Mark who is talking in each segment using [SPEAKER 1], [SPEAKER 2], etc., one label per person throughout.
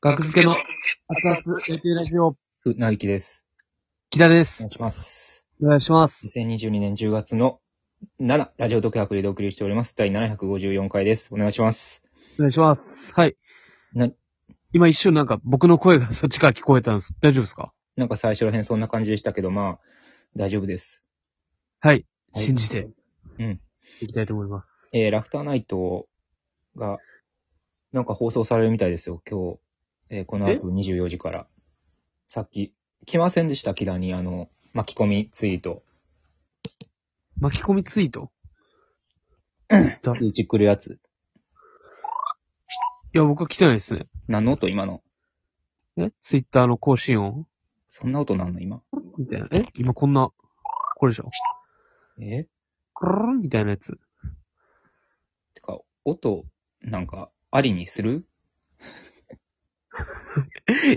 [SPEAKER 1] 学付けの熱々野球ラジオ、
[SPEAKER 2] ふ、なびきです。
[SPEAKER 1] 木田で
[SPEAKER 2] お願
[SPEAKER 1] す
[SPEAKER 2] い。します。
[SPEAKER 1] お願いします。
[SPEAKER 2] 2022年10月の7、ラジオ独学でお送りしております。第754回です。お願いします。
[SPEAKER 1] お願いします。はい。
[SPEAKER 2] な
[SPEAKER 1] 今一瞬なんか僕の声がそっちから聞こえたんです。大丈夫ですか
[SPEAKER 2] なんか最初ら辺そんな感じでしたけど、まあ、大丈夫です。
[SPEAKER 1] はい。
[SPEAKER 2] はい
[SPEAKER 1] 信じて。
[SPEAKER 2] うん。
[SPEAKER 1] いきたいと思います。
[SPEAKER 2] えー、ラフターナイトが、なんか放送されるみたいですよ、今日。えー、この後24時から。さっき、来ませんでした、木田に、あの、巻き込みツイート。
[SPEAKER 1] 巻き込みツイートあ
[SPEAKER 2] 通知来るやつ。
[SPEAKER 1] いや、僕は来てないですね。
[SPEAKER 2] 何の音今の。
[SPEAKER 1] えツイッターの更新音
[SPEAKER 2] そんな音なんの今。
[SPEAKER 1] みたいな。え今こんな、これでしょ
[SPEAKER 2] え
[SPEAKER 1] クルルンみたいなやつ。
[SPEAKER 2] てか、音、なんか、ありにする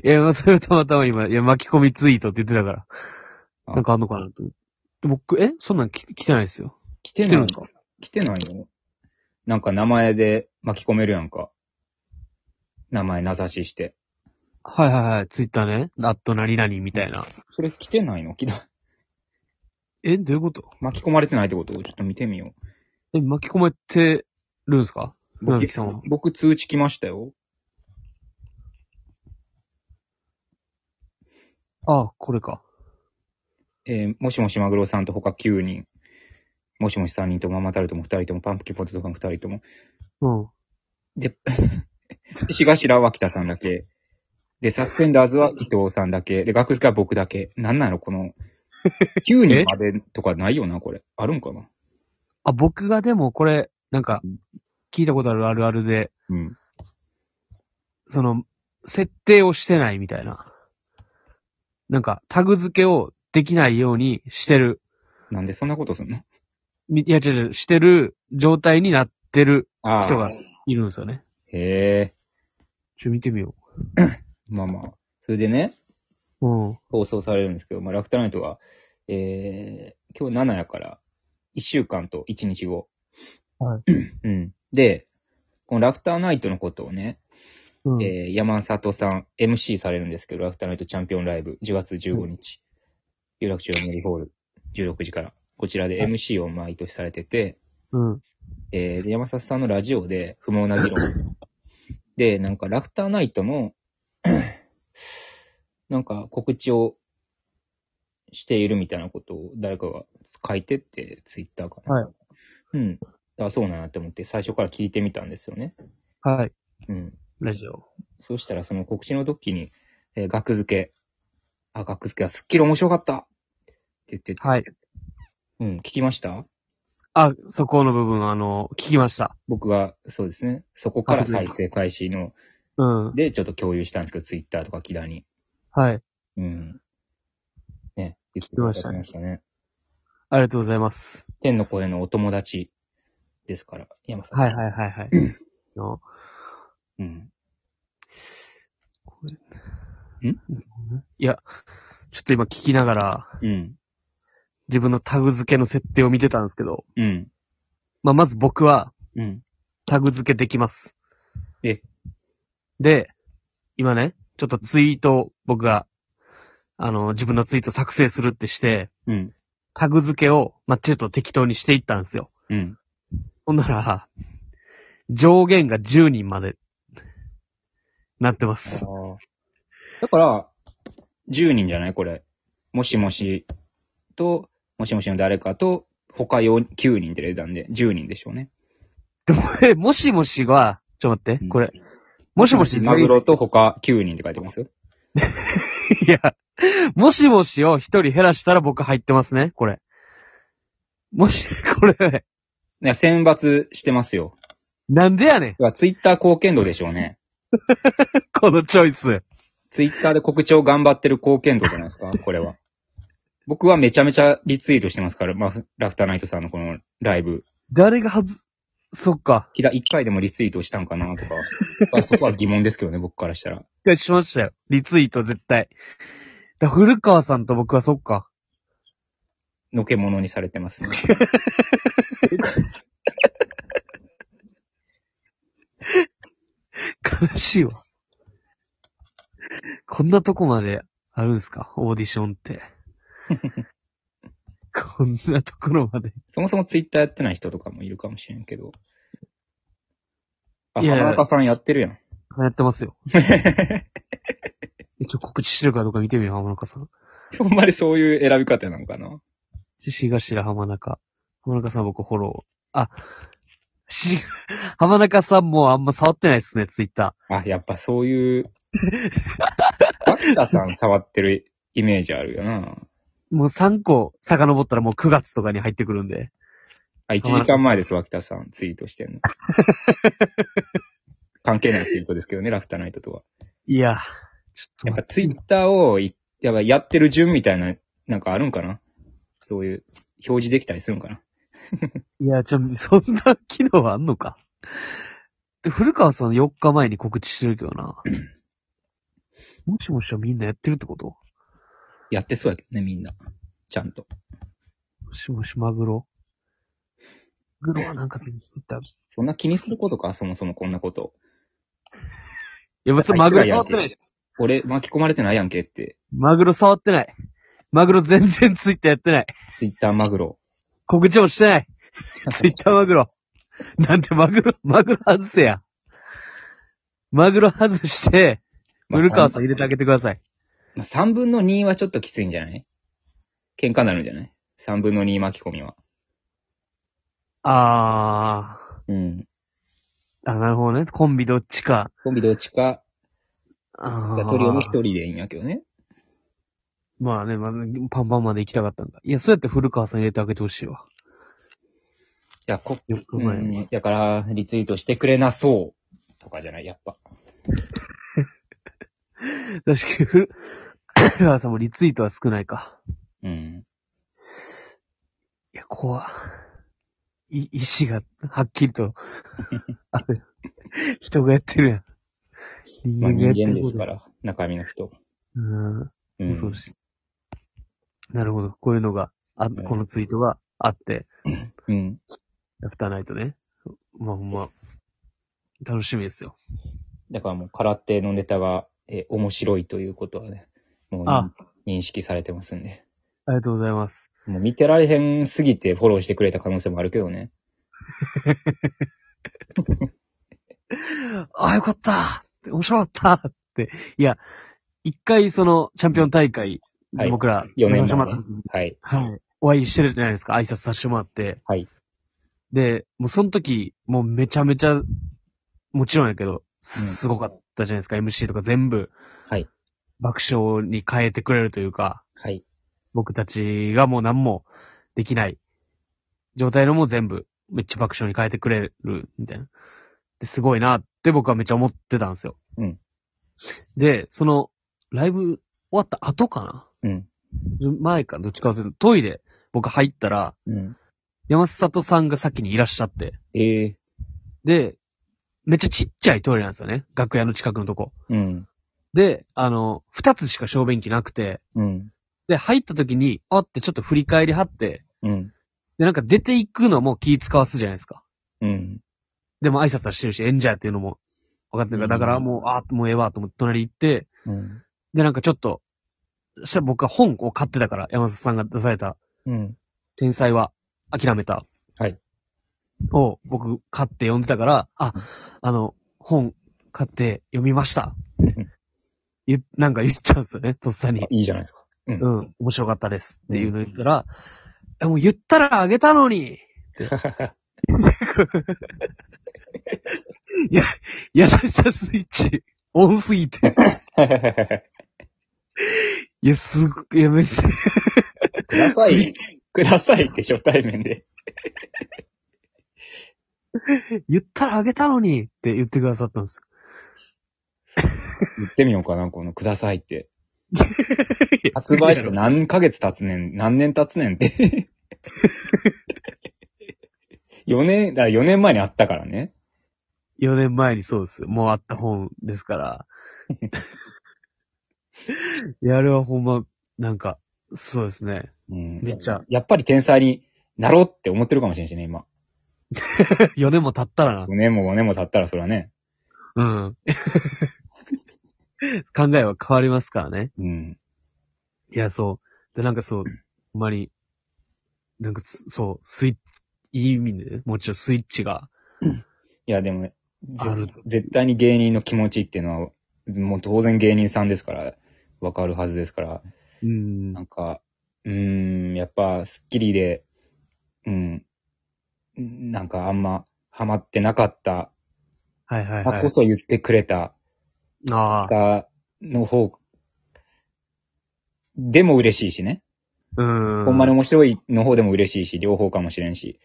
[SPEAKER 1] いや、まあそれたまたま今、いや、巻き込みツイートって言ってたから。
[SPEAKER 2] あ
[SPEAKER 1] なんかあんのかなと思って。で僕、えそんなん来来てないですよ。
[SPEAKER 2] 来て
[SPEAKER 1] 来
[SPEAKER 2] な
[SPEAKER 1] てる
[SPEAKER 2] い
[SPEAKER 1] ん
[SPEAKER 2] の
[SPEAKER 1] ですか
[SPEAKER 2] 来てないのなんか名前で巻き込めるやんか。名前名指しして。
[SPEAKER 1] はいはいはい、ツイッターね。アット何々みたいな。
[SPEAKER 2] それ来てないの来た
[SPEAKER 1] え、どういうこと
[SPEAKER 2] 巻き込まれてないってことちょっと見てみよ
[SPEAKER 1] え、巻き込まれてるんですか
[SPEAKER 2] う。
[SPEAKER 1] な
[SPEAKER 2] 僕
[SPEAKER 1] びきさんは。
[SPEAKER 2] 僕通知来ましたよ。
[SPEAKER 1] ああ、これか。
[SPEAKER 2] えーもしもしマグロさんと他9人。もしもし3人とママタルトも2人ともパンプキンポテトさん2人とも。
[SPEAKER 1] うん。
[SPEAKER 2] で、石頭は北さんだけ。で、サスペンダーズは伊藤さんだけ。で、学付けは僕だけ。なんなのこ の、9人までとかないよな、これ。あるんかな
[SPEAKER 1] あ、僕がでもこれ、なんか、聞いたことあるあるあるで、
[SPEAKER 2] うん。
[SPEAKER 1] その、設定をしてないみたいな。なんか、タグ付けをできないようにしてる。
[SPEAKER 2] なんでそんなことすんの
[SPEAKER 1] みいや、違う違う、してる状態になってる
[SPEAKER 2] あ
[SPEAKER 1] 人がいるんですよね。
[SPEAKER 2] へえ。
[SPEAKER 1] ちょ、見てみよ
[SPEAKER 2] まあまあ。それでね、
[SPEAKER 1] う。うん。
[SPEAKER 2] 放送されるんですけど、まあ、ラフターナイトが、えー、今日7やから、1週間と1日後。
[SPEAKER 1] は
[SPEAKER 2] うん。で、このラフターナイトのことをね、
[SPEAKER 1] うん。
[SPEAKER 2] えー、山里さん、MC されるんですけど、ラフターナイトチャンピオンライブ、10月15日、有楽町メリーホール、16時から。こちらで MC を毎年されてて、
[SPEAKER 1] うん。
[SPEAKER 2] えーで山里さんのラジオで不毛な議論。で、なんか、ラフターナイトの、 なんか、告知をしているみたいなことを誰かが書いてって、ツイッターかな。
[SPEAKER 1] はい
[SPEAKER 2] うん。あ、そうなんやって思って、最初から聞いてみたんですよね。
[SPEAKER 1] はい。
[SPEAKER 2] うん。
[SPEAKER 1] ラジオ。
[SPEAKER 2] そうしたら、その告知の時に、えー、学付け。あ、学付けはすっきり面白かったって言って、
[SPEAKER 1] はい。
[SPEAKER 2] うん、聞きました
[SPEAKER 1] あ、そこの部分、あの、聞きました。僕
[SPEAKER 2] 僕が、そうですね。そこから再生開始の、
[SPEAKER 1] うん。
[SPEAKER 2] で、ちょっと共有したんですけど、ツイッターとかキダに。
[SPEAKER 1] はい。
[SPEAKER 2] うん。ね。言って
[SPEAKER 1] きましたね
[SPEAKER 2] ましたね。
[SPEAKER 1] ありがとうございます。
[SPEAKER 2] 天の声のお友達ですから、山さん。
[SPEAKER 1] はい
[SPEAKER 2] い。
[SPEAKER 1] はいはい はい。の
[SPEAKER 2] うん。
[SPEAKER 1] いや、ちょっと今聞きながら、
[SPEAKER 2] うん。
[SPEAKER 1] 自分のタグ付けの設定を見てたんですけど、
[SPEAKER 2] うん。
[SPEAKER 1] まあ、まず僕は
[SPEAKER 2] うん。
[SPEAKER 1] タグ付けできます。
[SPEAKER 2] え
[SPEAKER 1] で、今ね、ちょっとツイートを僕が、あの、自分のツイート作成するってして、
[SPEAKER 2] うん。
[SPEAKER 1] タグ付けを、まあ、ちょっと適当にしていったんですよ。
[SPEAKER 2] うん。
[SPEAKER 1] ほんなら、上限が10人まで、なってます。
[SPEAKER 2] ああ。だから、10人じゃないこれ。もしもしと、もしもしの誰かと、他4 9人って出たんで、10人でしょうね。
[SPEAKER 1] でも、え、もしもしは、ちょっと待っ
[SPEAKER 2] う
[SPEAKER 1] て、
[SPEAKER 2] ん
[SPEAKER 1] これ、もしもし
[SPEAKER 2] マグロと他9人って書いてますよ。
[SPEAKER 1] いや、もしもしを一人減らしたら僕入ってますね、これ。もし、これ、
[SPEAKER 2] いや、選抜してますよ。
[SPEAKER 1] なんでやねん、
[SPEAKER 2] だからツイッター貢献度でしょうね。
[SPEAKER 1] このチョイス。
[SPEAKER 2] ツイッターで告知を頑張ってる貢献度じゃないです か、これは。僕はめちゃめちゃリツイートしてますから、まあ、ラフターナイトさんのこのライブ。
[SPEAKER 1] 誰がはず、そっか。
[SPEAKER 2] キラ1回でもリツイートしたんかなとか。まあそこは疑問ですけどね、僕からしたら。
[SPEAKER 1] 一回しましたよ。リツイート絶対。だ古川さんと僕はそっか。
[SPEAKER 2] のけものにされてますね。
[SPEAKER 1] 悲しいわ。こんなとこまであるんすかオーディションっ て。こんなところまで。
[SPEAKER 2] そもそもツイッターやってない人とかもいるかもしれんけど。あ、
[SPEAKER 1] いやいや
[SPEAKER 2] 浜中さんやってるやん。
[SPEAKER 1] やってますよ。一応告知してるかどうか見てみよう、浜中さん。
[SPEAKER 2] ほんまにそういう選び方なのかな
[SPEAKER 1] 獅子頭浜中。浜中さん僕フォロー。あ、獅子 浜中さんもあんま触ってないっすね、ツイッタ
[SPEAKER 2] あ、やっぱそ ういう。脇田さん触ってるイメージあるよな。
[SPEAKER 1] ー。もう3個遡ったらもう9月とかに入ってくるんで。
[SPEAKER 2] あ、1時間前です、脇田さん、ツイートしてんの。 関係ないツイートですけどね、ラフターナイトとは。
[SPEAKER 1] いや、ちょっと
[SPEAKER 2] やっ
[SPEAKER 1] 待
[SPEAKER 2] ぱ
[SPEAKER 1] って
[SPEAKER 2] ツイッターをい、やっぱやってる順みたいな、なんかあるんかなそういう、表示できたりするんかない
[SPEAKER 1] や、ちょ、そんな機能あんのか。で古川さん4日前に告知してるけど な。もしもしたらみんなやってるってこと
[SPEAKER 2] やってそうやけどね、みんな。ちゃんと。
[SPEAKER 1] もしもしマグロマグロはなんかツイッター。い
[SPEAKER 2] そんな気にすることか、そもそもこんなこと。
[SPEAKER 1] や、別にマグロ触ってないです。
[SPEAKER 2] 俺、巻き込まれてないやんけって。
[SPEAKER 1] マグロ触ってない。マグロ全然ツイッターやってない。
[SPEAKER 2] ツイッターマグ ロ。
[SPEAKER 1] 告知もしてない。ツイッターマグロ。なんでマグロ、マグロ外せや。マグロ外して、古川さん入れてあげてください。
[SPEAKER 2] まあ、3分の2はちょっときついんじゃない喧嘩になるんじゃない ?3 分の2巻き込みは。
[SPEAKER 1] あー。
[SPEAKER 2] うん。
[SPEAKER 1] あ、なるほどね。コンビどっちか。
[SPEAKER 2] コンビどっちか、
[SPEAKER 1] あー
[SPEAKER 2] トリオも一人でいいんやけどね。
[SPEAKER 1] まあね、まずパンパンまで行きたかったんだ。いや、そうやって古川さん入れてあげてほしいわ。
[SPEAKER 2] いや、こ、
[SPEAKER 1] よく
[SPEAKER 2] う
[SPEAKER 1] ない。
[SPEAKER 2] ん。だから、リツイートしてくれなそう。とかじゃない、やっぱ。
[SPEAKER 1] 確かに古、古川さんもリツイートは少ないか。
[SPEAKER 2] うん。
[SPEAKER 1] いや、怖い。い、意志がはっきり と、ある。人がやってるやん。人
[SPEAKER 2] まあ、
[SPEAKER 1] 間が
[SPEAKER 2] 人
[SPEAKER 1] やって
[SPEAKER 2] 間
[SPEAKER 1] る
[SPEAKER 2] で
[SPEAKER 1] こと
[SPEAKER 2] すから、中身の人。
[SPEAKER 1] う。
[SPEAKER 2] うんん。
[SPEAKER 1] そうし。なるほど。こういうのが、あ、
[SPEAKER 2] ん
[SPEAKER 1] このツイートがあって、
[SPEAKER 2] うん。
[SPEAKER 1] ラフターナイトね。まあほんま、楽しみですよ。
[SPEAKER 2] だからもう、空手のネタが、えー面白いということはね、もう
[SPEAKER 1] あ
[SPEAKER 2] 認識されてますんで。
[SPEAKER 1] ありがとうございます。
[SPEAKER 2] もう見てられへんすぎてフォローしてくれた可能性もあるけどね。
[SPEAKER 1] あ、よかった面白かったって。いや、一回その、チャンピオン大会、
[SPEAKER 2] はい
[SPEAKER 1] 僕ら、
[SPEAKER 2] 4年前
[SPEAKER 1] 長島
[SPEAKER 2] ね
[SPEAKER 1] さんに
[SPEAKER 2] はい。
[SPEAKER 1] はい。お会いしてるじゃないですか、挨拶させてもらって。
[SPEAKER 2] はい。
[SPEAKER 1] で、もうその時、もうめちゃめちゃ、もちろんやけど、すごかったじゃないですか、MC とか全部、
[SPEAKER 2] はい。
[SPEAKER 1] 爆笑に変えてくれるというか、
[SPEAKER 2] はい。
[SPEAKER 1] 僕たちがもう何もできない状態のもう全部、めっちゃ爆笑に変えてくれる、みたいな。ですごいなって僕はめっちゃ思ってたんですよ。
[SPEAKER 2] うん
[SPEAKER 1] で、その、ライブ終わった後か
[SPEAKER 2] うん。
[SPEAKER 1] な前か、どっちか忘れた。トイレ、僕入ったら、
[SPEAKER 2] うん。
[SPEAKER 1] 山里さんが先にいらっしゃって。
[SPEAKER 2] ええ
[SPEAKER 1] で、めっちゃちっちゃいトイレなんですよね。楽屋の近くのとこ。
[SPEAKER 2] うん。
[SPEAKER 1] で、あの、二つしか小便器なくて、
[SPEAKER 2] うん。
[SPEAKER 1] で、入った時に、あってちょっと振り返り張って、
[SPEAKER 2] うん。
[SPEAKER 1] で、なんか出ていくのも気使わすじゃないですか。
[SPEAKER 2] うん。
[SPEAKER 1] でも挨拶はしてるし、演者やっていうのも分かってるから、だからもう、あーもうええわ、と思って隣行って、
[SPEAKER 2] うん。
[SPEAKER 1] で、なんかちょっと、そしたら僕は本を買ってたから、山里さんが出された、
[SPEAKER 2] うん。
[SPEAKER 1] 天才は諦めた。
[SPEAKER 2] はい。
[SPEAKER 1] を、僕、買って読んでたから、あ、あの、本買って読みました。言、なんか言っちゃうんですよね、とっさに
[SPEAKER 2] あ。いいじゃないですか。うん
[SPEAKER 1] うん、面白かったです。っていうの言ったら、えもう言ったらあげたのに い や、優しさスイッチ、オンすぎて。いや、すっごい、いや、めっちゃ、
[SPEAKER 2] ください。くださいって初対面で。
[SPEAKER 1] 言ったらあげたのにって言ってくださったんですよ。
[SPEAKER 2] 言ってみようかな、このくださ いって。 発売して何ヶ月経つねん、何年経つねんって。4年、だ4年前にあったからね。
[SPEAKER 1] 4年前にそうです。もうあった本です から。いや、あれはほんま、なんか、そうですね。
[SPEAKER 2] うん。
[SPEAKER 1] めっちゃ
[SPEAKER 2] やっぱり天才になろうって思ってるかもしれんしね、今。
[SPEAKER 1] 4年も経ったら
[SPEAKER 2] 5年も5年も経ったらそれはね。
[SPEAKER 1] な。うん。 考えは変わりますからね。
[SPEAKER 2] うん。
[SPEAKER 1] いや、そう。で、なんかそう、ほんまに、なんかす、そう、スイッチ、いい意味でね、もちろんスイッチが、
[SPEAKER 2] いや、でもね、ぜ
[SPEAKER 1] ある
[SPEAKER 2] 絶対に芸人の気持ちっていうのは、もう当然芸人さんですから、わかるはずですから、
[SPEAKER 1] うん
[SPEAKER 2] な、んか、うーん、やっぱ、スッキリで、うん、なんかあんま、ハマってなかった、
[SPEAKER 1] はいはい
[SPEAKER 2] あ
[SPEAKER 1] は
[SPEAKER 2] こ
[SPEAKER 1] い。
[SPEAKER 2] そ言ってくれた、
[SPEAKER 1] ああ、
[SPEAKER 2] か、の方、でも嬉しいしね。
[SPEAKER 1] うん。
[SPEAKER 2] ほんまに面白いの方でも嬉しいし、両方かもしれんし。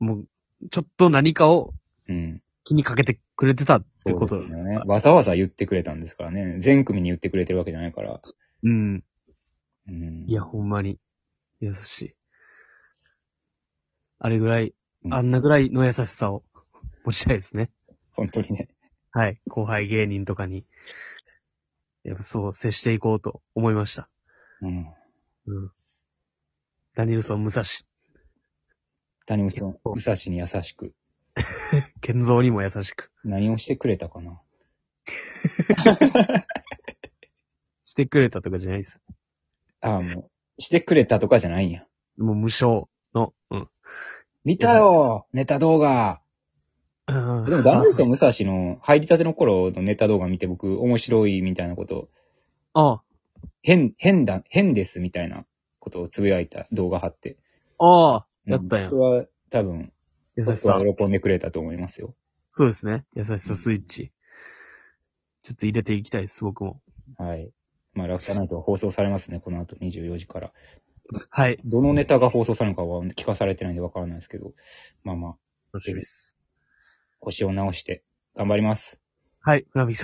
[SPEAKER 1] もう、ちょっと何かを
[SPEAKER 2] うん。
[SPEAKER 1] 気にかけてくれてたって
[SPEAKER 2] そう
[SPEAKER 1] こ
[SPEAKER 2] です
[SPEAKER 1] と
[SPEAKER 2] よ
[SPEAKER 1] です
[SPEAKER 2] ね
[SPEAKER 1] か。。
[SPEAKER 2] わざわざ言ってくれたんですからね。全組に言ってくれてるわけじゃないから。
[SPEAKER 1] うん。
[SPEAKER 2] うん。
[SPEAKER 1] いや、ほんまに、優しい。あれぐらい、
[SPEAKER 2] うん
[SPEAKER 1] あんなぐらいの優しさを 持ちたいですね。
[SPEAKER 2] 本当にね。
[SPEAKER 1] はい。後輩芸人とかに、やっぱそう、接していこうと思いました。
[SPEAKER 2] うん。
[SPEAKER 1] うん。ダニエルソン・武蔵、
[SPEAKER 2] 谷口さん、武蔵に優しく。
[SPEAKER 1] 健三にも優しく
[SPEAKER 2] 何をしてくれた かな。
[SPEAKER 1] してくれたとかじゃないです。
[SPEAKER 2] ああ、もう、してくれたとかじゃないんや。
[SPEAKER 1] もう無償の、うん。
[SPEAKER 2] 見たよネタ動画
[SPEAKER 1] うん
[SPEAKER 2] でも、ダンデルソン・武蔵の入りたての頃のネタ動画見て僕、面白いみたいなこと
[SPEAKER 1] あ
[SPEAKER 2] 変、変だ、変ですみたいなことをつぶやいた動画貼って。
[SPEAKER 1] あ、ああ、
[SPEAKER 2] うん
[SPEAKER 1] やったやん
[SPEAKER 2] 僕は多分、
[SPEAKER 1] 優し
[SPEAKER 2] 僕
[SPEAKER 1] さ
[SPEAKER 2] は。喜んでくれたと思いますよ。
[SPEAKER 1] そうですね。優しさスイッチ。ちょっと入れていきたいです、僕も。
[SPEAKER 2] はい。まあ、ラフターナイトは放送されますね、この後24時から。
[SPEAKER 1] はい。
[SPEAKER 2] どのネタが放送されるのかは聞かされてないんでわからないですけど、まあまあ、
[SPEAKER 1] 楽しみです。
[SPEAKER 2] 腰を直して頑張ります。
[SPEAKER 1] はい、船引さん